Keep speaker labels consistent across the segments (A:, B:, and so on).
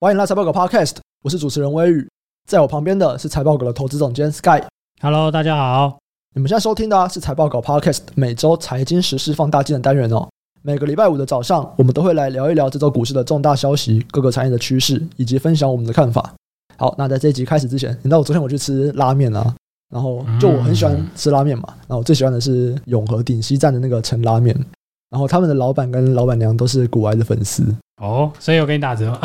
A: 欢迎来财报狗 Podcast，我是主持人微宇，在我旁边的是财报狗的投资总监 Sky。
B: Hello，大家好。
A: 你们现在收听的、啊、是财报狗 Podcast 每周财经时事放大镜的单元哦。每个礼拜五的早上，我们都会来聊一聊这周股市的重大消息、各个产业的趋势，以及分享我们的看法。好，那在这一集开始之前，你知道我昨天我去吃拉面啊，然后就我很喜欢吃拉面嘛，然后我最喜欢的是永和顶溪站的那个陈拉面，然后他们的老板跟老板娘都是古埃的粉丝，
B: 哦，所以我给你 打折吗？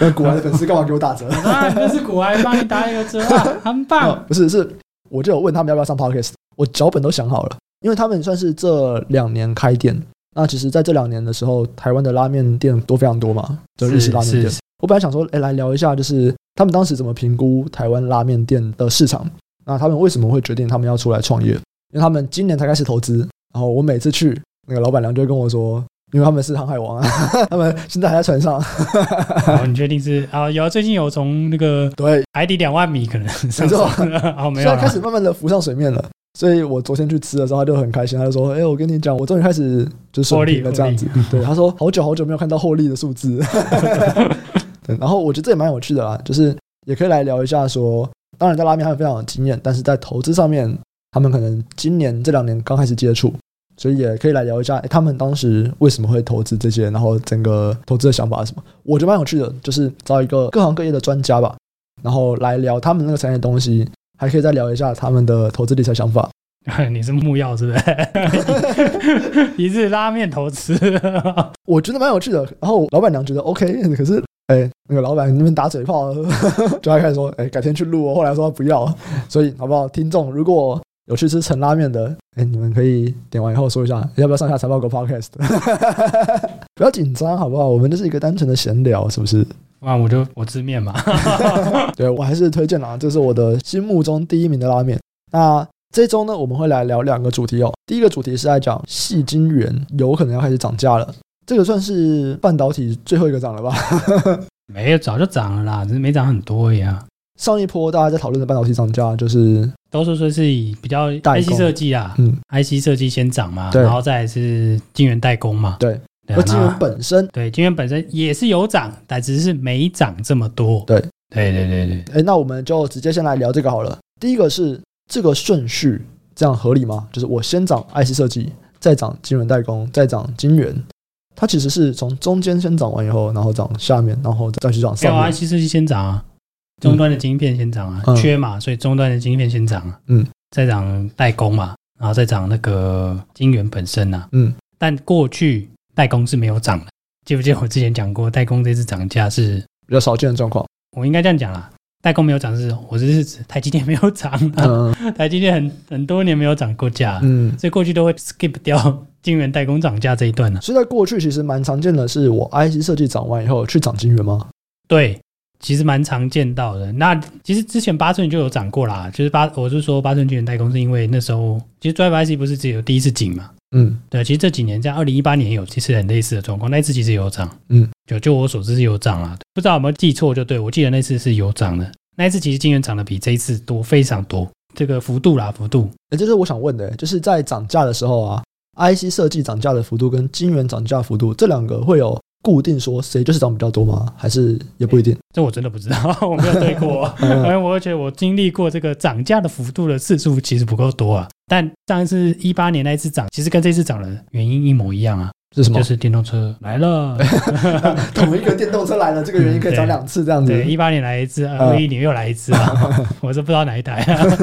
A: 那 古埃的粉丝干嘛给我打折？
B: 啊，不是古埃帮你打一个折 啊，很
A: 没有
B: 棒。
A: 哦不是，是我就有问他们要不要上 podcast，我脚本都想好了，因为他们算是这两年开店。那其实，在这两年的时候，台湾的拉面店多非常多嘛，就是日式拉面
B: 是
A: 店。
B: 是
A: 我本来想说，哎、来聊一下，就是他们当时怎么评估台湾拉面店的市场，那他们为什么会决定他们要出来创业？因为他们今年才开始投资。然后我每次去，那个老板娘就会跟我说，因为他们是航海王啊， 他们现在还在船上。
B: 好，你确定是啊？有最近有从那个
A: 对，
B: 海底两万米可能上
A: 错
B: 升了，哦，没
A: 现在
B: 有了
A: 开。始慢慢的浮上水面了。所以我昨天去吃的时候，他就很开心，他就说：“哎、我跟你讲，我终于开始就是
B: 获
A: 水
B: 利
A: 平了这样子。”对，他说：“好久好久没有看到获利的数字。 对”然后我觉得这也蛮有趣的啦，就是也可以来聊一下说，当然在拉面他们非常有经验，但是在投资上面，他们可能今年这两年刚开始接触，所以也可以来聊一下、哎他们当时为什么会投资这些，然后整个投资的想法是什么。我觉得蛮有趣的，就是找一个各行各业的专家吧，然后来聊他们那个产业的东西，还可以再聊一下他们的投资理财想法。
B: 你是木曜是不 是？一日拉面投资，
A: 我觉得蛮有趣的。然后老板娘觉得 OK，可是哎、那个老板那边打嘴炮，啊 就还开始说哎、改天去录哦。后来说不要，所以好不好？听众如果有去吃陈拉面的，哎、你们可以点完以后说一下，要不要上下财报狗 Podcast？不要紧张，好不好？我们就是一个单纯的闲聊，是不是？
B: 那我就我吃面嘛。
A: 对我还是推荐啦，这是我的心目中第一名的拉面。那这周呢，我们会来聊两个主题哦。第一个主题是在讲细晶圆有可能要开始涨价了，这个算是半导体最后一个涨了吧？
B: 没有，早就涨了啦，只是没涨很多呀。
A: 上一波大家在讨论的半导体涨价就是，
B: 都是说是以比较
A: 代
B: IC
A: 工
B: 设计啊
A: 嗯，
B: ，IC 设计先涨嘛，
A: 对
B: 然后再来是晶圆代工嘛。
A: 对
B: 对啊，
A: 而晶
B: 那
A: 圆本身，
B: 对，金源本身也是有涨，但只是没涨这么多。
A: 对，
B: 对对对对，
A: 哎，那我们就直接先来聊这个好了。第一个是这个顺序这样合理吗？就是我先涨 IC 设计，再涨晶圆代工，再涨晶圆。它其实是从中间先涨完以后，然后涨下面，然后再去涨
B: 没
A: 上
B: 有
A: 面。
B: 啊，IC 设计先涨啊，终端的晶片先涨啊，
A: 嗯
B: 缺嘛，所以终端的晶片先涨啊，
A: 嗯，
B: 再涨代工嘛，然后再涨那个晶圆本身啊，
A: 嗯，
B: 但过去代工是没有涨的，记不记得我之前讲过，代工这次涨价是
A: 比较少见的状况。
B: 我应该这样讲啦。代工没有涨是，我只是指台积电没有涨、啊，
A: 嗯
B: 台积电很很多年没有涨过价啊、
A: 嗯，
B: 所以过去都会 skip 掉 晶圆代工涨价这一段啊呢、
A: 所以在过去其实蛮常见的是，我 IC 设计涨完以后去涨金源吗？
B: 对，其实蛮常见到的。那其实之前八寸就有涨过啦，就是八，我是说八寸晶圆代工是因为那时候其实 Drive IC 不是只有第一次景嘛？
A: 嗯
B: 对，其实这几年在二零一八年也有其实很类似的状况，那一次其实有涨，
A: 嗯，
B: 就就我所知是有涨啦，不知道有没有记错就对，我记得那次是有涨的，那一次其实晶圆涨的比这一次多非常多，这个幅度啦幅度，
A: 哎、这是我想问的、就是在涨价的时候啊，IC 设计涨价的幅度跟金源涨价幅度这两个会有固定说谁就是涨比较多吗？还是也不一 定？
B: 这我真的不知道， 我没有对过。
A: 嗯
B: 而我觉得我经历过这个涨价的幅度的次数其实不够多啊。但上一次一八年那一次涨，其实跟这次涨的原因一模一样啊，
A: 是什么？
B: 就是电动车来了。
A: 同一个电动车来了，这个原因可以涨两次这样子。
B: 对，一八年来一次，
A: 嗯
B: 二一年又来一次啊， 我是不知道哪一台、 啊。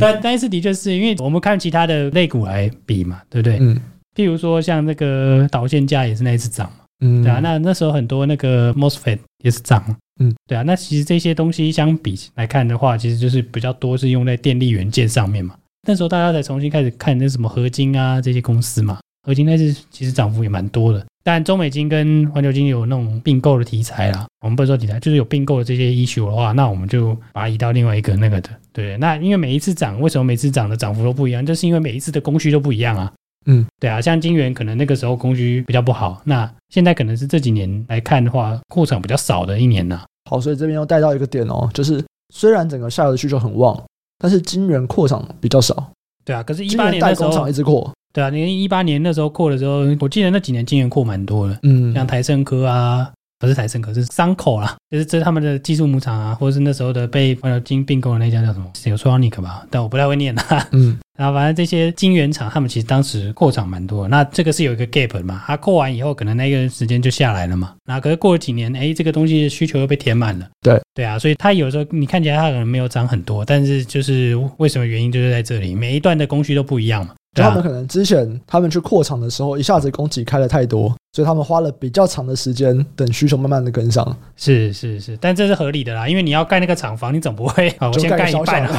B: 但但是的确是因为我们看其他的类股来比嘛，对不对？
A: 嗯
B: 譬如说像那个导线价也是那一次涨嘛，
A: 嗯，
B: 对啊。那那时候很多那个 MOSFET 也是涨嘛，
A: 嗯，
B: 对啊。那其实这些东西相比来看的话，其实就是比较多是用在电力元件上面嘛。那时候大家才重新开始看那什么合金啊这些公司嘛，合金那是其实涨幅也蛮多的。但中美金跟环球金有那种并购的题材啦，我们不是说题材，就是有并购的这些 issue 的话，那我们就把它移到另外一个那个的。对，那因为每一次涨，为什么每次涨的涨幅都不一样？就是因为每一次的供需都不一样啊。
A: 嗯，
B: 对啊，像金元可能那个时候供需比较不好，那现在可能是这几年来看的话，库存比较少的一年呐、
A: 好，所以这边又带到一个点哦，就是虽然整个下游的需求很旺，但是金源扩厂比较少，
B: 对啊，可是，一
A: 金
B: 八
A: 源
B: 年
A: 代
B: 那时
A: 工厂
B: 候
A: 一，直扩。
B: 对啊，你一八年那时候扩的时候，我记得那几年金元扩蛮多的，
A: 嗯，
B: 像台盛科啊、不是台盛科，是桑口啦，就是这是他们的技术牧场啊，或者是那时候的被环球金并购的那家叫什么 s e l t r o n i c 吧，但我不太会念啊。
A: 嗯，
B: 然后反正这些晶圆厂，他们其实当时扩厂蛮多的，那这个是有一个 gap 的嘛，它扩完以后，可能那个时间就下来了嘛。那可是过了几年，哎，这个东西的需求又被填满了。
A: 对
B: 对啊，所以它有时候你看起来它可能没有涨很多，但是就是为什么原因就是在这里，每一段的供需都不一样嘛。
A: 就他
B: 对
A: 们
B: 啊，
A: 可能之前他们去扩厂的时候，一下子供给开的太多，所以他们花了比较长的时间等需求慢慢的跟上。
B: 是是是，但这是合理的啦，因为你要盖那个厂房，你总不会啊，我
A: 就
B: 先
A: 盖个
B: 盖一
A: 小
B: 半
A: 小的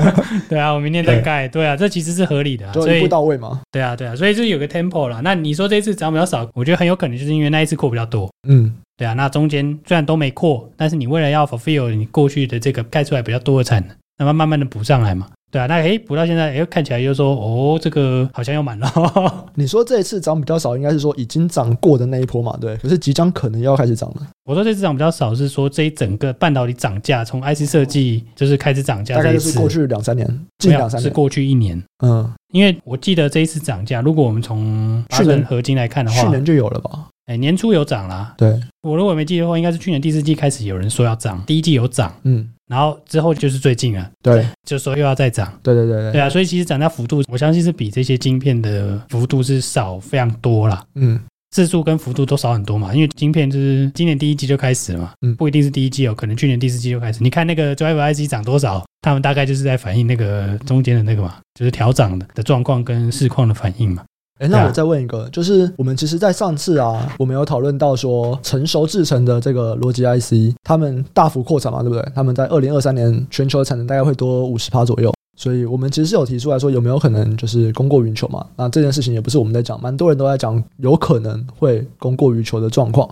B: 了。对啊，我明天再盖。对啊，这其实是合理的啊，
A: 就
B: 所
A: 一
B: 以
A: 步到位嘛。
B: 对啊，对啊，所以就有个 tempo 啦。那你说这次涨比较少，我觉得很有可能就是因为那一次扩比较多。
A: 嗯，
B: 对啊，那中间虽然都没扩，但是你为了要 fulfill 你过去的这个盖出来比较多的产能，那么慢慢的补上来嘛。对啊，那诶补到现在，诶看起来又说哦，这个好像又满了。
A: 你说这一次涨比较少，应该是说已经涨过的那一波嘛，对？可是即将可能要开始涨了，
B: 我说这次涨比较少，是说这一整个半导体涨价，从 IC 设计就是开始涨价
A: 大
B: 这
A: 概
B: 一
A: 就是
B: 次，
A: 过去两三年，近
B: 没有
A: 两三
B: 是
A: 年，
B: 过去一年，
A: 嗯，
B: 因为我记得这一次涨价，如果我们从八
A: 去年
B: 成合金来看的
A: 去
B: 话，
A: 年就有了吧？
B: 哎年初有涨啦。
A: 对，
B: 我如果没记错的话，应该是去年第四季开始有人说要涨，第一季有涨，
A: 嗯，
B: 然后之后就是最近啊，
A: 对，
B: 就说又要再涨。
A: 对对对
B: 对
A: 对，
B: 啊，所以其实涨价幅度，我相信是比这些晶片的幅度是少非常多啦，
A: 嗯，
B: 次数跟幅度都少很多嘛。因为晶片就是今年第一季就开始了嘛，
A: 嗯
B: 不一定是第一季哦，可能去年第四季就开始。你看那个 Drive IC 涨多少，他们大概就是在反映那个中间的那个嘛，就是调涨的的状况跟市况的反应嘛。
A: 哎，
B: 对
A: 那
B: 啊
A: 我再问一个，就是我们其实，在上次啊，我们有讨论到说，成熟制成的这个逻辑 IC，他们大幅扩产嘛，对不对？他们在二零二三年全球的产能大概会多五十趴左右。所以，我们其实是有提出来说，有没有可能就是供过于求嘛？那这件事情也不是我们在讲，蛮多人都在讲有可能会供过于求的状况。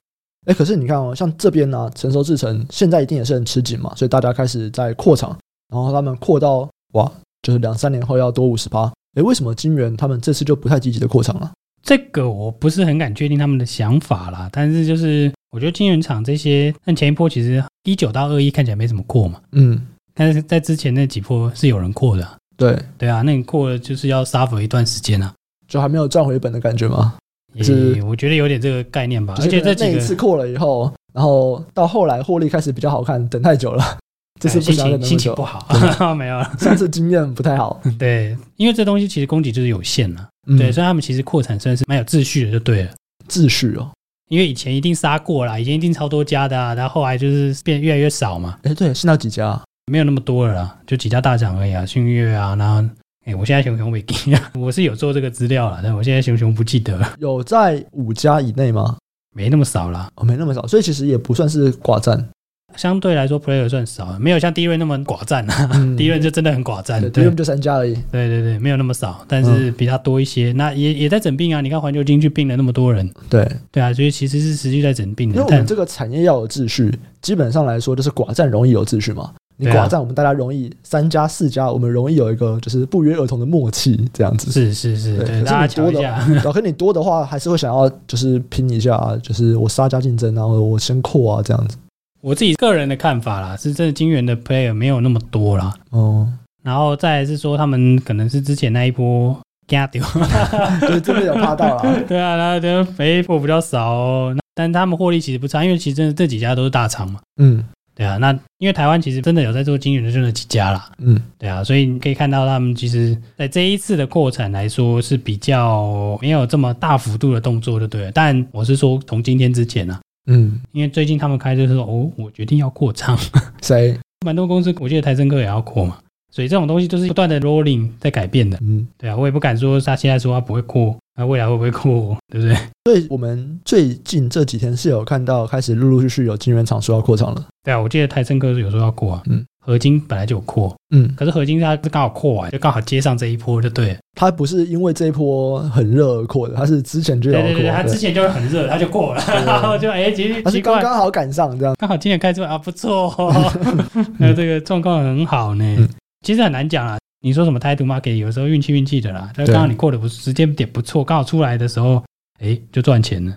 A: 哎，可是你看哦，像这边呢、成熟制成现在一定也是很吃紧嘛，所以大家开始在扩厂，然后他们扩到哇，就是两三年后要多五十趴。哎，为什么金元他们这次就不太积极的扩厂了？
B: 这个我不是很敢确定他们的想法啦，但是就是我觉得晶圆厂这些，但前一波其实一九到二一看起来没怎么过嘛，
A: 嗯，
B: 但是在之前那几波是有人过的啊、
A: 对，
B: 对啊，那你过了就是要 suffer 一段时间啊。
A: 就还没有赚回本的感觉嘛。
B: 也
A: 是
B: 我觉得有点这个概念吧，
A: 就
B: 啊而
A: 是
B: 且
A: 可能
B: 这几
A: 那
B: 个
A: 一次扩了以后，然后到后来获利开始比较好看，等太久了，这次
B: 哎
A: 不
B: 心
A: 想等
B: 情
A: 那
B: 心
A: 么
B: 情不
A: 久，
B: 好， 没有了。
A: 上次经验不太好。
B: 对，因为这东西其实供给就是有限了，
A: 嗯
B: 对，所以他们其实扩产算是蛮有秩序的，就对了。
A: 秩序哦。
B: 因为以前一定杀过啦，以前一定超多家的啊，然后后来就是变越来越少嘛，
A: 哎，对，现在有几家啊？
B: 没有那么多了啦，就几家大厂而已啊，迅越啊，然后哎，我现在熊熊未记啊， 我是有做这个资料啦，但我现在熊熊不记得了，
A: 有在五家以内吗？
B: 没那么少啦。
A: 哦，没那么少，所以其实也不算是寡占。
B: 相对来说，player 算少，没有像第一轮那么寡占啊，
A: 嗯
B: 第一轮就真的很寡占，
A: 对，第嗯一
B: 对
A: 轮就三家而已。
B: 对对对，没有那么少，但是比它多一些。那也也在整病啊！你看环球金去病了那么多人，
A: 对，
B: 对啊，所以其实是持续在整病
A: 因为
B: 的。
A: 我
B: 但
A: 们这个产业要有秩序，基本上来说就是寡占容易有秩序嘛。你
B: 对啊
A: 寡占，我们大家容易三家四家，我们容易有一个就是不约而同的默契这样子。
B: 是啊是是，
A: 对
B: 对，
A: 可是
B: 大家
A: 你
B: 瞧
A: 多
B: 一
A: 的
B: 下。
A: 然后跟你多的话，还是会想要就是拼一下啊，就是我杀价竞争啊，然后我先扣啊这样子。
B: 我自己个人的看法啦，是真的金元的 player 没有那么多啦。
A: 哦，
B: 然后再来是说，他们可能是之前那一波加丢，
A: 就是真的有怕到了。
B: 对啊，然后就肥货比较少、哦，那但他们获利其实不差，因为其实真的这几家都是大厂嘛，
A: 嗯
B: 对啊。那因为台湾其实真的有在做金元的就那几家啦，
A: 嗯，
B: 对啊，所以你可以看到他们其实在这一次的扩产来说是比较没有这么大幅度的动作，就对了。但我是说从今天之前啊，
A: 嗯，
B: 因为最近他们开就是说哦，我决定要扩厂，
A: 谁？
B: 蛮多公司我记得台升科也要扩嘛，所以这种东西就是不断的 rolling 在改变的。
A: 嗯，
B: 对啊，我也不敢说他现在说他不会扩，那未来会不会扩，对不对？
A: 所以我们最近这几天是有看到开始陆陆续续有晶圆厂说要扩厂了。
B: 对啊，我记得台升科有说要扩啊，
A: 嗯，
B: 合金本来就有扩，
A: 嗯，
B: 可是合金它是刚好扩完，就刚好接上这一波，就对了。
A: 它不是因为这一波很热而扩的，它是之前就有
B: 对
A: 扩
B: 对对，他之
A: 的，
B: 前就是很热，他就过了，
A: 对
B: 然后就哎，其实
A: 它是
B: 奇
A: 刚
B: 怪，
A: 刚好赶上这样。
B: 刚好今年开出来啊，不错、 哦，那这个状况很好呢。
A: 嗯
B: 其实很难讲啊，你说什么态度 market，有时候运气运气的啦。但
A: 对
B: 刚好你过得不时间点不错，刚好出来的时候，哎，就赚钱了。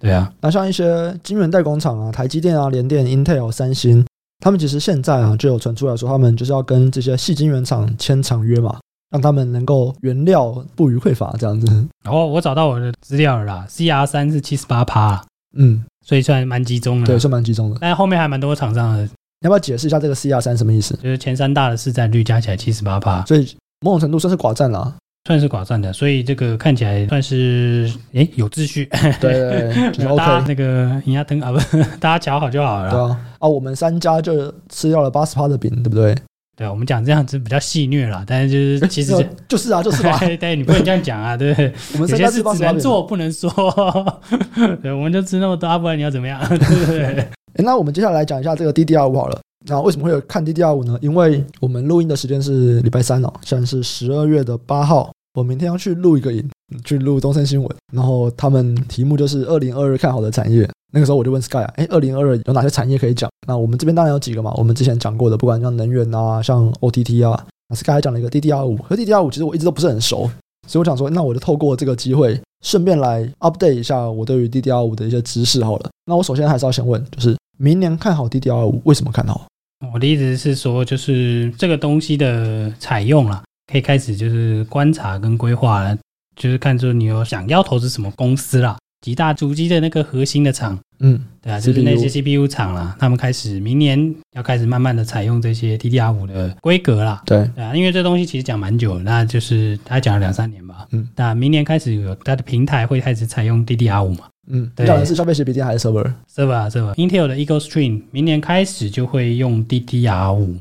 B: 对啊，
A: 那像一些晶圆代工厂啊，台积电啊、联电、Intel、三星，他们其实现在啊就有传出来说，他们就是要跟这些细晶圆厂签长约嘛，让他们能够原料不予匮乏这样子。
B: 然后我找到我的资料了啦，CR 三是七十八趴，
A: 嗯，
B: 所以算蛮集中的。
A: 对，，算蛮集中的。
B: 但后面还蛮多厂商的，
A: 你要不要解释一下这个 CR 三什么意思？
B: 就是前三大的市占率加起来七十八趴，
A: 所以某种程度算是寡占 啦。
B: 算是寡占的，所以这个看起来算是诶有秩序，
A: 对对对，就是 OK。
B: 大家那个银牙灯啊，不， 大家瞧好就好了
A: 对
B: 啦。
A: 啊，啊，我们三家就吃掉了八十趴的饼，对不对？
B: 对啊，我们讲这样子比较戏虐啦，但是就 是其实
A: 就是啊，就是吧。
B: 对对，你不能这样讲 啊，对不对？
A: 我们
B: 有
A: 三
B: 些
A: 家
B: 事
A: 吃八
B: 只
A: 十趴
B: 能
A: 饼。
B: 做不能说， 对，我们就吃那么多，啊不然你要怎 么样？对不对？
A: 诶那我们接下来讲一下这个 DDR 五好了。那为什么会有看 DDR 五呢？因为我们录音的时间是礼拜三哦，现在是十二月的八号。我明天要去录一个影，去录东森新闻，然后他们题目就是二零二二看好的产业。那个时候我就问 Sky 啊，哎，二零二二有哪些产业可以讲？那我们这边当然有几个嘛，我们之前讲过的，不管像能源啊，像 OTT 啊，那 Sky 还讲了一个 DDR 五，和 DDR 五其实我一直都不是很熟，所以我想说，那我就透过这个机会，顺便来 update 一下我对于 DDR 五的一些知识好了。那我首先还是要先问，就是明年看好 DDR 五，为什么看好？
B: 我的意思是说，就是这个东西的采用啦，可以开始就是观察跟规划了，就是看出你有想要投资什么公司啦，几大主机的那个核心的厂。
A: 嗯，
B: 对啊，就是那
A: CPU
B: 些 CPU 厂啦，他们开始明年要开始慢慢的采用这些 DDR 五的规格啦。
A: 对，
B: 对啊，因为这东西其实讲蛮久了，那就是他讲了两三年吧。
A: 嗯，
B: 那明年开始有它的平台会开始采用 DDR 五嘛
A: 嗯，
B: 对
A: 你讲的是消费级笔电还是 server？
B: ？server 啊 server，Intel 的 Eagle Stream 明年开始就会用 DDR 五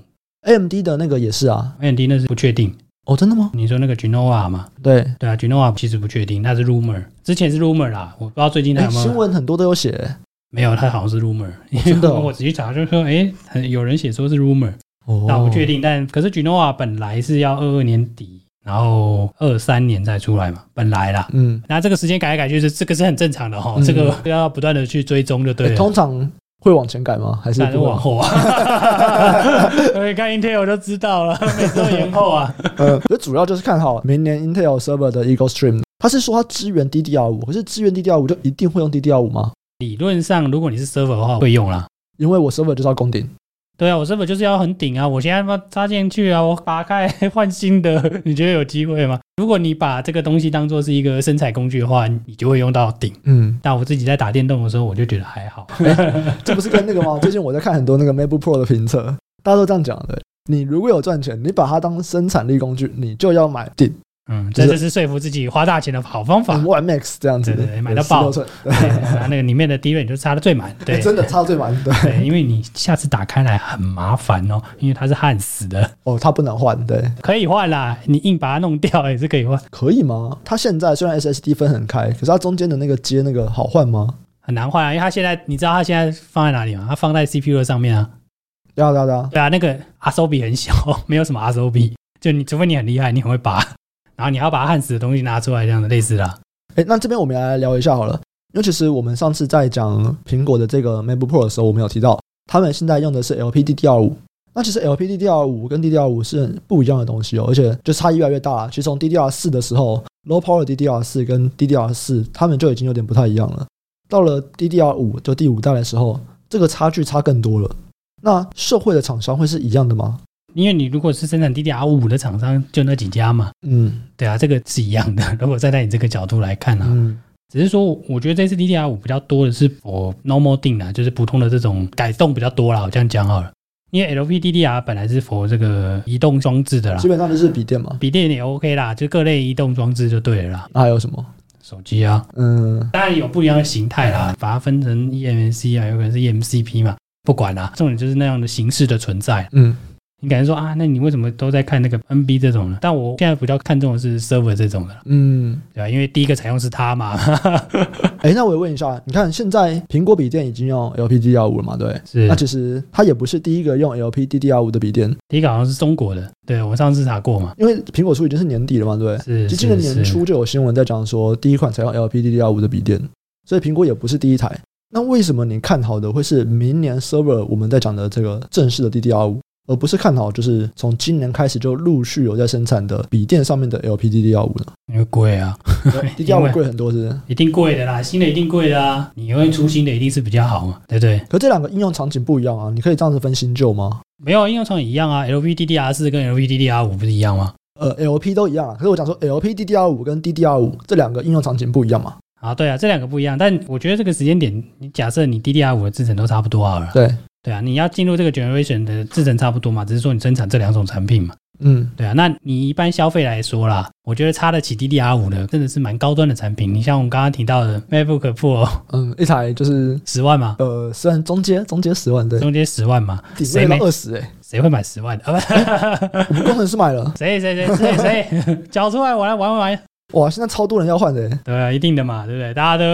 A: AMD 的那个也是啊，
B: ，AMD 那是不确定。
A: 哦，真的吗？
B: 你说那个 Genoa 嘛？
A: 对，
B: 对啊，Genoa 其实不确定，那是 rumor，之前是 rumor 啦，我不知道最近它
A: 哎，
B: 有没有
A: 新闻很多都有写、
B: 没有，它好像是 rumor，因
A: 真
B: 为
A: 的哦
B: 我仔细查就说，哎，很有人写说是 rumor。
A: 哦，
B: 那我不确。定，但可是 Genoa 本来是要二二年底，然后二三年再出来嘛，本来啦。
A: 嗯，
B: 那这个时间改来改去是这个是很正常的哈、
A: 嗯
B: 这个要不断的去追踪就对
A: 哎
B: 了。
A: 通常会往前改吗？还是
B: 但是
A: 不会
B: 往？后啊， 所以看 Intel 就知道了， 每次都延后啊。
A: 呃，就主要就是看好明年 Intel server 的 Eagle Stream。他是说他支援 DDR 五，可是支援 DDR 五就一定会用 DDR 五吗？
B: 理论上，如果你是 server 的话，会用啦。
A: 因为我 server 就是要攻顶。
B: 对啊，我 server 就是要很顶啊！我现在他妈插进去啊，我拔开换新的， 你觉得有机会吗？如果你把这个东西当做是一个生产工具的话，你就会用到顶。
A: 嗯，
B: 但我自己在打电动的时候，我就觉得 还好。
A: 这不是跟那个 吗？最近我在看很多那个 MacBook Pro 的评测，大家都这样讲的。你如果有赚钱，你把它当生产力工具，你就要买顶
B: 嗯，
A: 就
B: 这
A: 是
B: 就是说服自己花大钱的好方法。
A: One Max 这样子，
B: 对对对买到爆
A: 16寸，
B: 对，那个里面的 D 瑞你就插的最满，对，
A: 真的差最满。对，
B: 对，因为你下次打开来很麻烦哦，因为它是焊死的，
A: 哦，它不能换，对，
B: 可以换啦，你硬把它弄掉也是可以换，
A: 可以吗？它现在虽然 SSD 分很开，可是它中间的那个接那个好换吗？
B: 很难换啊，因为它现在你知道它现在放在哪里吗？它放在 CPU 的上面啊，
A: 对啊对啊对啊，
B: 对啊，那个 RSOB 很小， 没有什么 RSOB，就你除非你很厉害，你很会拔， 然后你要把它焊死的东西拿出来，这样的类似啦。
A: 哎，那这边我们来聊一下好了，因为其实我们上次在讲苹果的这个 MacBook Pro 的时候，我们有提到他们现在用的是 LPDDR5。那其实 LPDDR5 跟 DDR5 是很不一样的东西哦，而且就差异越来越大了。其实从 DDR4 的时候，Low Power DDR4 跟 DDR4 他们就已经有点不太一样了。到了 DDR5 就第五代的时候，这个差距差更多了。那社会的厂商会是一样的吗？
B: 因为你如果是生产 DDR 五的厂商，就那几家嘛，
A: 嗯
B: 对啊，这个是一样的。如果站在你这个角度来看啊，
A: 嗯，
B: 只是说我我觉得这次 DDR 五比较多的是我 normal 定啦，就是普通的这种改动比较多啦。我这样讲好了，因为 LPDDR 本来是 for 这个移动装置的啦
A: 基，本上就是笔电嘛。
B: 笔电也 OK 啦，就各类移动装置就对了啦，
A: 那还有什么？
B: 手机啊，
A: 嗯，
B: 当然有不一样的形态啦，把它分成 eMMC 啊，有可能是 eMCP 嘛，不管啦，重点就是那样的形式的存在。
A: 嗯，
B: 你感觉说啊，那你为什么都在看那个 NB 这种呢？但我现在比较看重的是 server 这种的啦，
A: 嗯。
B: 对吧、因为第一个采用是它嘛，
A: 哎，那我也问一下，你看现在苹果笔电已经用 LPDDR 五了嘛？对，
B: 是
A: 那其实它也不是第一个用 LPDDR 五的笔电，
B: 第一个好像是中国的，对我上次查过嘛，
A: 因为苹果出已经是年底了嘛，对不对？其实
B: 是是
A: 今年
B: 是
A: 年初就有新闻在讲说，第一款采用 LPDDR 五的笔电，所以苹果也不是第一台。那为什么你看好的会是明年 server 我们在讲的这个正式的 DDR 五，而不是看好就是从今年开始就陆续有在生产的笔电上面的 LPDDR 五呢
B: 因为贵啊， 因
A: ？DDR
B: 为
A: 五贵很多是不是？
B: 一定贵的啦，新的一定贵的啊，你会出新的一定是比较好嘛，对不对？
A: 可这两个应用场景不一样啊，你可以这样子分新旧吗？
B: 没有啊应用场也一样啊，LPDDR 四跟 LPDDR 五不是一样吗？
A: 呃，LP 都一样啊。可是我讲说 LPDDR 五跟 DDR 五这两个应用场景不一样嘛。
B: 啊，对啊，这两个不一样，但我觉得这个时间点，你假设你 DDR 五的制程都差不多好了，
A: 对，
B: 对啊，你要进入这个 generation 的制程差不多嘛，只是说你生产这两种产品嘛，
A: 嗯，
B: 对啊，那你一般消费来说啦，我觉得差得起 DDR 五的真的是蛮高端的产品，你像我们刚刚提到的 MacBook Pro
A: 嗯，一台就是
B: 十万嘛，
A: 呃，虽然中阶中阶十万，对，
B: 中间十万嘛，
A: 顶
B: 嗯谁
A: 位
B: 没
A: 到二十哎，
B: 谁会买十万的？ 啊不，
A: 我们工程师买了，
B: 谁谁谁谁谁缴出来，我来玩玩玩。
A: 哇，现在超多人要换的欸，
B: 对啊，一定的嘛，对不对？大家都，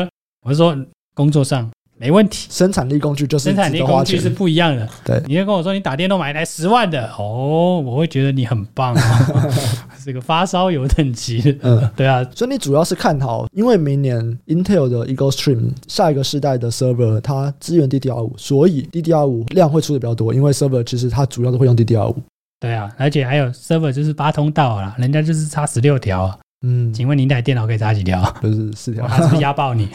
B: 我是说工作上没问题，
A: 生产力工具就是
B: 生产力
A: 值得花
B: 工具
A: 钱
B: 是不一样的。
A: 对
B: 你就跟我说你打电动买一台十万的，哦，我会觉得你很棒、哦，是个发烧友等级的。
A: 嗯
B: 对啊，
A: 所以你主要是看好，因为明年 Intel 的 Eagle Stream 下一个世代的 server 它支援 DDR 五，所以 DDR 五量会出的比较多，因为 server 其实它主要都会用 DDR 五。
B: 对啊，而且还有 server 就是八通道啦，人家就是插十六条啊。
A: 嗯，
B: 请问你一台电脑可以插几条？
A: 就是四条
B: 我。还是不是压爆你？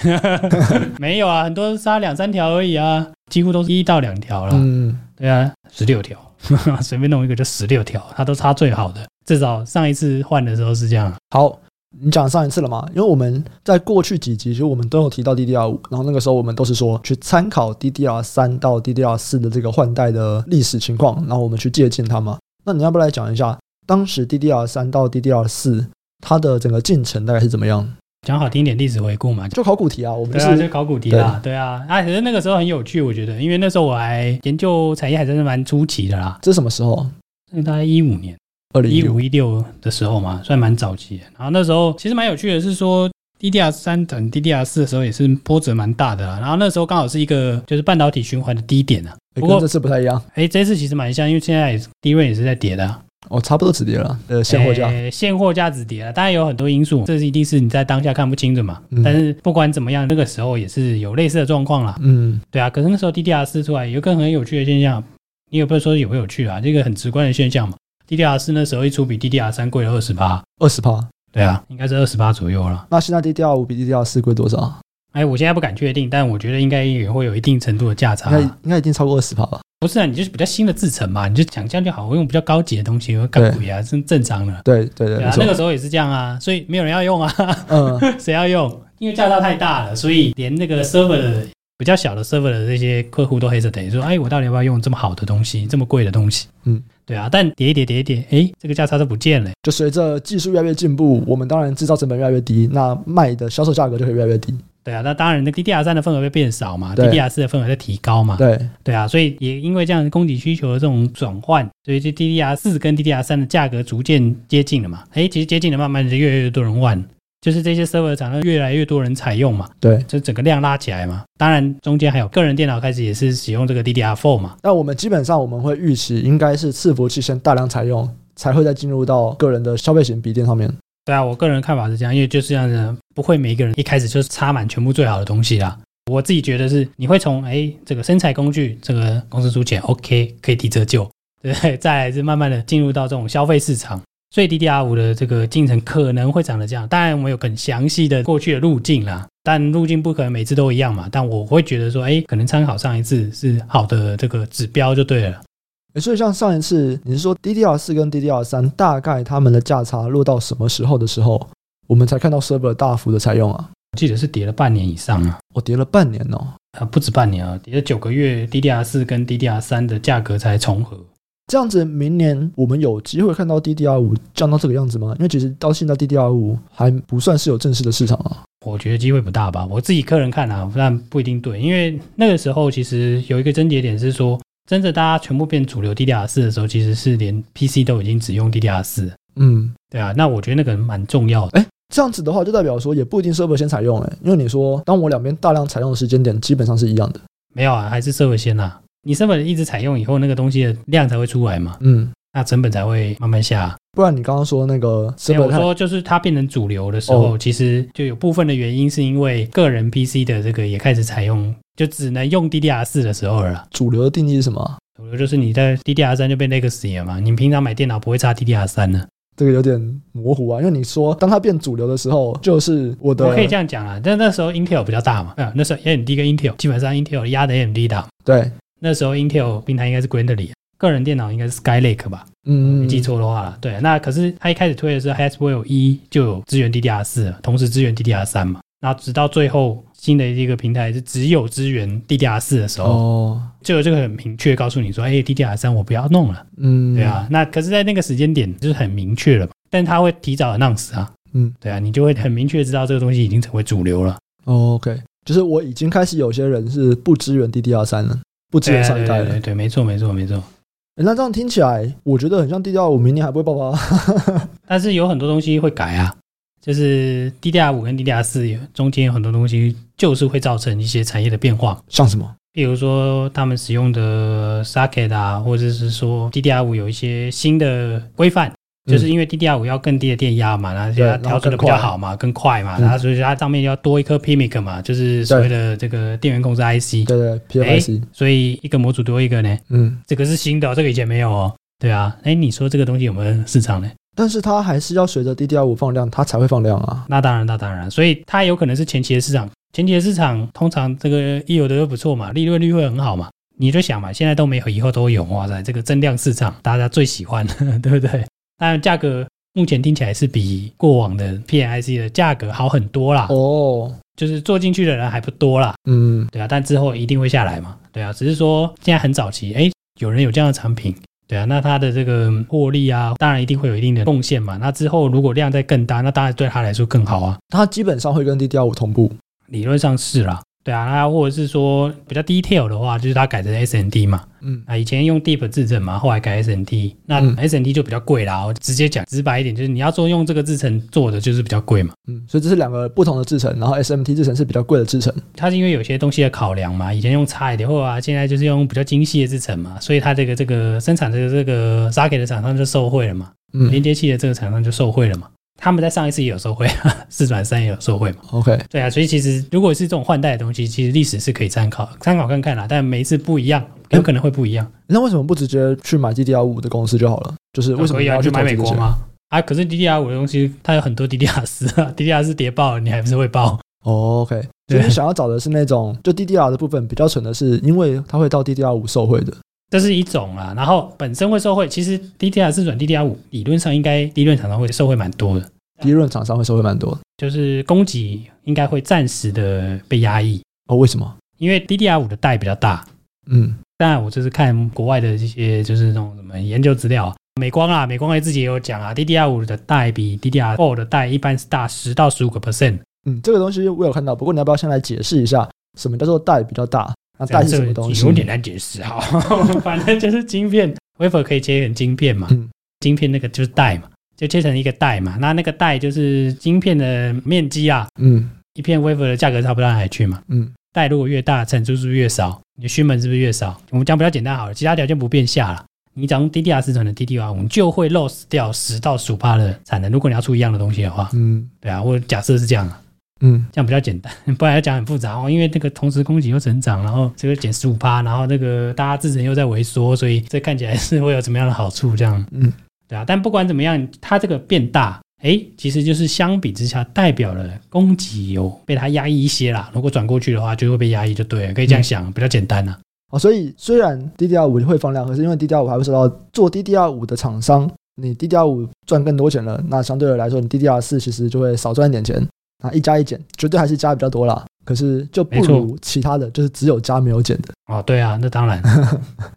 B: 没有啊，很多插两三条而已啊，几乎都是一到两条啦。
A: 嗯，
B: 对啊，十六条， 随便弄一个就十六条，它都插最好的。至少上一次换的时候是这样啊。
A: 好，你讲上一次了嘛？因为我们在过去几集其实我们都有提到 DDR 五，然后那个时候我们都是说去参考 DDR 三到 DDR 四的这个换代的历史情况，然后我们去借鉴它嘛。那你要不要来讲一下当时 DDR 三到 DDR 四它的整个进程大概是怎么样？
B: 讲好听一点，历史回顾嘛。
A: 就考古题啊，我们就
B: 对啊，
A: 是
B: 就考古题啦，对啊，啊，可是那个时候很有趣，我觉得，因为那时候我还研究产业还真的蛮初期的啦，
A: 这是什么时候？
B: 那大概一五年、
A: 二零
B: 一
A: 一五
B: 五、一六的时候嘛，算蛮早期的。然后那时候其实蛮有趣的是说，DDR 三等 DDR 四的时候也是波折蛮大的啦。然后那时候刚好是一个就是半导体循环的低点啊，
A: 欸
B: 不
A: 跟
B: 过
A: 这次不太一样
B: 哎，这次其实蛮像，因为现在低润也是在跌的、啊，
A: 哦，差不多止跌了。呃，现货价，
B: 呃现货价止跌了，当然有很多因素，这是一定是你在当下看不清的嘛。
A: 嗯
B: 但是不管怎么样，那个时候也是有类似的状况啦。
A: 嗯
B: 对啊，可是那时候 DDR 四出来有一个很有趣的现象，你也不是说有没有趣啊，这个很直观的现象嘛。DDR 四那时候一出比 DDR 三贵了二十八，
A: 二十趴。
B: 对啊，应该是二十八左右了。
A: 那现在 DDR 五比 DDR 四贵多少？
B: 哎，我现在不敢确定，但我觉得应该也会有一定程度的价差
A: 应该。应该已经超过二十趴吧？
B: 不是啊，你就是比较新的制程嘛，你就讲这样就好，我用比较高级的东西，我干鬼啊，是正常的。
A: 对对对，
B: 对
A: 没
B: 啊，那
A: 错
B: 个。时候也是这样啊，所以没有人要用啊。
A: 嗯，
B: 谁要用？因为价差太大了，所以连那个 server 的比较小的 server 的这些客户都 hesitate 说：“哎，我到底要不要用这么好的东西，这么贵的东西？”
A: 嗯，
B: 对啊。但叠一叠叠一叠，哎，这个价差都不见了。
A: 就随着技术越来越进步，我们当然制造成本越来越低，那卖的销售价格就会越来越低。
B: 对啊，那当然，那 DDR 三的份额会变少嘛
A: 对
B: ，DDR 四的份额在提高嘛，
A: 对，
B: 对啊，所以也因为这样供给需求的这种转换，所以这 DDR 四跟 DDR 三的价格逐渐接近了嘛，哎，其实接近了，慢慢的越来越多人换，就是这些 server 厂商越来越多人采用嘛，
A: 对。
B: 就整个量拉起来嘛。当然，中间还有个人电脑开始也是使用这个 DDR4 嘛。
A: 那我们基本上我们会预期，应该是伺服器先大量采用，才会再进入到个人的消费型笔电上面。
B: 对啊，我个人看法是这样，因为就是这样子，不会每一个人一开始就是插满全部最好的东西啦。我自己觉得是，你会从哎这个生产工具，这个公司出钱，OK 可以提折旧， 对不对，再来是慢慢的进入到这种消费市场。所以 DDR 五的这个进程可能会长得这样，当然我们有更详细的过去的路径啦，但路径不可能每次都一样嘛。但我会觉得说，哎，可能参考上一次是好的这个指标就对了。
A: 诶所以像上一次你是说 DDR 四跟 DDR 三大概它们的价差落到什么时候的时候，我们才看到 server 大幅的采用啊？
B: 记得是跌了半年以上啊，
A: 我跌了半年哦。
B: 啊不止半年啊，跌了九个月，DDR 四跟 DDR 三的价格才重合。
A: 这样子，明年我们有机会看到 DDR 五降到这个样子吗？因为其实到现在 DDR 五还不算是有正式的市场啊。
B: 我觉得机会不大吧，我自己个人看啊，但不一定对，因为那个时候其实有一个症结点是说，真的大家全部变主流 DDR 四的时候，其实是连 PC 都已经只用 DDR 四，
A: 嗯，
B: 对啊，那我觉得那个蛮重要的。
A: 这样子的话，就代表说也不一定 server 先采用诶、欸因为你说当我两边大量采用的时间点基本上是一样的。
B: 没有啊，还是社会先啦、你成本一直采用以后，那个东西的量才会出来嘛，
A: 嗯，
B: 那成本才会慢慢下啊、
A: 不然你刚刚说那个
B: 没有
A: server
B: 我
A: 太
B: 说，就是它变成主流的时候，
A: 哦
B: 其实就有部分的原因是因为个人 PC 的这个也开始采用，就只能用 DDR 四的时候了啦。
A: 主流的定义是什么啊？
B: 主流就是你在 DDR 三就被 Legacy 了嘛，你平常买电脑不会插 DDR 三的。
A: 这个有点模糊啊，因为你说当它变主流的时候，就是我的
B: 我可以这样讲啊，但那时候 Intel 比较大嘛，啊，那时候 AMD 跟 Intel 基本上 Intel 压着 AMD 打，
A: 对，
B: 那时候 Intel 平台应该是 Grandly，个人电脑应该是 Skylake 吧，
A: 嗯，
B: 没记错的话啦。对，那可是它一开始推的时候 Haswell 一就有支援 DDR 四，同时支援 DDR 三嘛。那直到最后新的一个平台是只有支援 DDR 四的时候，
A: 哦，
B: 就有这个很明确告诉你说，哎、d d r 三我不要弄了，
A: 嗯，
B: 对啊。，那可是，在那个时间点就是很明确了嘛，但它会提早 announce 啊，
A: 嗯
B: 对啊，你就会很明确知道这个东西已经成为主流了。
A: 哦，OK，就是我已经开始有些人是不支援 DDR 三了，不支
B: 对
A: 援
B: 啊
A: 上一代
B: 对
A: 了
B: 对。对，没错没错没错。
A: 诶那这样听起来，我觉得很像 DDR 五明年还不会爆发。
B: 但是有很多东西会改啊，就是 DDR 五跟 DDR 四中间有很多东西就是会造成一些产业的变化，
A: 像什么？
B: 比如说他们使用的 socket 啊，或者是说 DDR 五有一些新的规范。
A: 嗯
B: 就是因为 DDR 五要更低的电压嘛，然后
A: 对
B: 它调整的比较好嘛，更快嘛，
A: 嗯
B: 然后所以它上面要多一颗 PMIC 嘛，就是所谓的这个电源控制 IC，
A: 对对，PFIC，
B: 所以一个模组多一个呢，
A: 嗯，
B: 这个是新的哦、这个以前没有哦。对啊，哎，你说这个东西有没有市场呢？
A: 但是它还是要随着 DDR 五放量，它才会放量啊。
B: 那当然，那当然，所以它有可能是前期的市场，前期的市场通常这个一有的都不错嘛，利润率会很好嘛。你就想嘛，现在都没有，以后都有，哇塞，这个增量市场大家最喜欢， 对不对？当然，价格目前听起来是比过往的 PNIC 的价格好很多啦，
A: 哦，
B: 就是做进去的人还不多啦，
A: 嗯，
B: 对啊，但之后一定会下来嘛，对啊，只是说现在很早期，哎，有人有这样的产品，对啊，那它的这个获利啊，当然一定会有一定的贡献嘛。那之后如果量再更大，那当然对他来说更好啊。
A: 它基本上会跟 DDR 五同步。
B: 理论上是啦，对啊，那或者是说比较 detail 的话，就是它改成 SND 嘛，
A: 嗯，
B: 啊，以前用 Deep 制程嘛，后来改 SND，那
A: 嗯
B: SND 就比较贵啦。我直接讲直白一点，就是你要做用这个制程做的，就是比较贵嘛。
A: 嗯，所以这是两个不同的制程，然后 SMT 制程是比较贵的制程。
B: 它是因为有些东西的考量嘛，以前用差一点，或啊，现在就是用比较精细的制程嘛，所以它这个这个生产的这个 socket 的厂商就受惠了嘛，
A: 嗯
B: 连接器的这个厂商就受惠了嘛。他们在上一次也有受惠， 四转三也有受惠嘛。
A: ，OK，
B: 对啊，所以其实如果是这种换代的东西，其实历史是可以参考参考看看啦，但每一次不一样，有可能会不一样。
A: 那为什么不直接去买 DDR 五的公司就好了？就是为什么
B: 可
A: 你
B: 以啊，
A: 要
B: 去
A: 去
B: 买
A: 投
B: 美
A: 资这
B: 国
A: 些？
B: 吗？啊，可是 DDR 五的东西，它有很多 DDR 四啊，DDR 四跌爆了，你还不是会爆？
A: 哦，OK，所
B: 对
A: 以你想要找的是那种就 DDR 的部分比较蠢的是，因为它会到 DDR 五受惠的。
B: 这是一种啦，然后本身会受惠，其实 DDR 四转 DDR 五理论上应该理论厂商会受惠蛮多的，
A: 第一轮厂商会受惠蛮多的
B: 就是供给应该会暂时的被压抑，
A: 哦，为什么？
B: 因为 DDR 五的带比较大，
A: 嗯，
B: 当然，我就是看国外的一些就是那种什么研究资料啊，美光啊，美光也自己也有讲啊，DDR 五的带比 DDR 4的带一般是大十到十五个 percent，
A: 嗯，这个东西我有看到，不过你要不要先来解释一下什么叫做带比较大？那带是什么东西？
B: 啊有点难解 释哈，反正就是晶片 wafer 可以切成晶片嘛，
A: 嗯
B: 晶片那个就是带嘛，就切成一个带嘛，那那个带就是晶片的面积啊，
A: 嗯
B: 一片 wafer 的价格差不到哪里去嘛，
A: 嗯
B: 带如果越大，产出是不是越少？你的需门是不是越少？我们讲比较简单好了，其他条件不变下了。你只要用 DDR 四转的 DDR 五，就会 loss 掉十到十五帕的产能。如果你要出一样的东西的话，
A: 嗯
B: 对啊，我假设是这样啊，
A: 嗯，
B: 这样比较简单， 不然要讲很复杂哦。因为那个同时供给又成长，然后这个减十五帕，然后那个大家制程又在萎缩，所以这看起来是会有什么样的好处？这样，
A: 嗯，
B: 对啊。但不管怎么样，它这个变大，哎，其实就是相比之下代表了供给有被它压抑一些啦。如果转过去的话，就会被压抑，就对了，可以这样想，比较简单啊。
A: 哦，所以虽然 DDR 五会放量，可是因为 DDR 五还会受到做 DDR 五的厂商，你 DDR 五赚更多钱了，那相对的来说，你 DDR 四其实就会少赚一点钱。啊，一加一减，绝对还是加比较多啦。可是就不
B: 没错
A: 如其他的，就是只有加没有减的。
B: 哦，对啊，那 当然，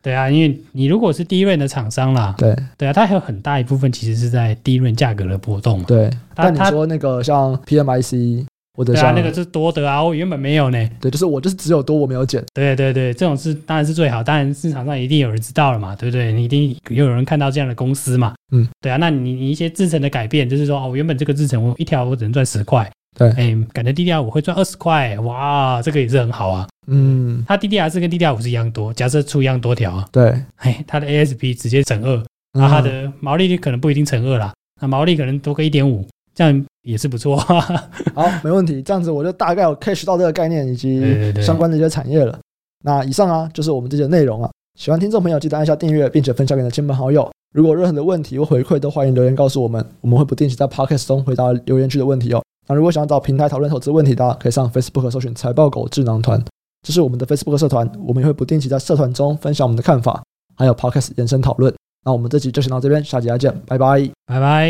B: 对啊，因为你如果是低润的厂商啦，
A: 对
B: 对啊，它还有很大一部分其实是在低润价格的波动嘛。
A: 对，
B: 它
A: 但你
B: 它
A: 说那个像 PMIC 或者
B: 对啊
A: 像，
B: 那个是多的啊，我原本没有呢。
A: 对，就是我就是只有多我没有减，
B: 对对对，这种是当然是最好，当然市场上一定有人知道了嘛，对不对？你一定又有人看到这样的公司嘛，
A: 嗯，
B: 对啊，那你你一些制程的改变，就是说哦，我原本这个制程我一条我只能赚十块，
A: 对
B: 哎，改成 DDR 我会赚二十块，哇，这个也是很好啊。
A: 嗯，
B: 它 DDR 四跟 DDR 五是一样多，假设出一样多条啊，
A: 对，嗯
B: 哎，它的 ASP 直接乘二，那它啊的毛利率可能不一定乘二啦，那毛利可能多个一点五，这样也是不错。啊
A: 好，没问题。这样子我就大概有 catch 到这个概念以
B: 对
A: 及
B: 对对
A: 相关的一些产业了。那以上啊，就是我们这节内容啊。喜欢听众朋友，记得按下订阅，并且分享给你的亲朋好友。如果有任何的问题或回馈，都欢迎留言告诉我们，我们会不定期在 podcast 中回答留言区的问题哦。那如果想要找平台讨论投资问题的啊，可以上 Facebook 搜寻“财报狗智囊团”，这是我们的 Facebook 社团，我们也会不定期在社团中分享我们的看法，还有 podcast 延伸讨论。那我们这集就先到这边，下集再见，拜拜。
B: 拜拜。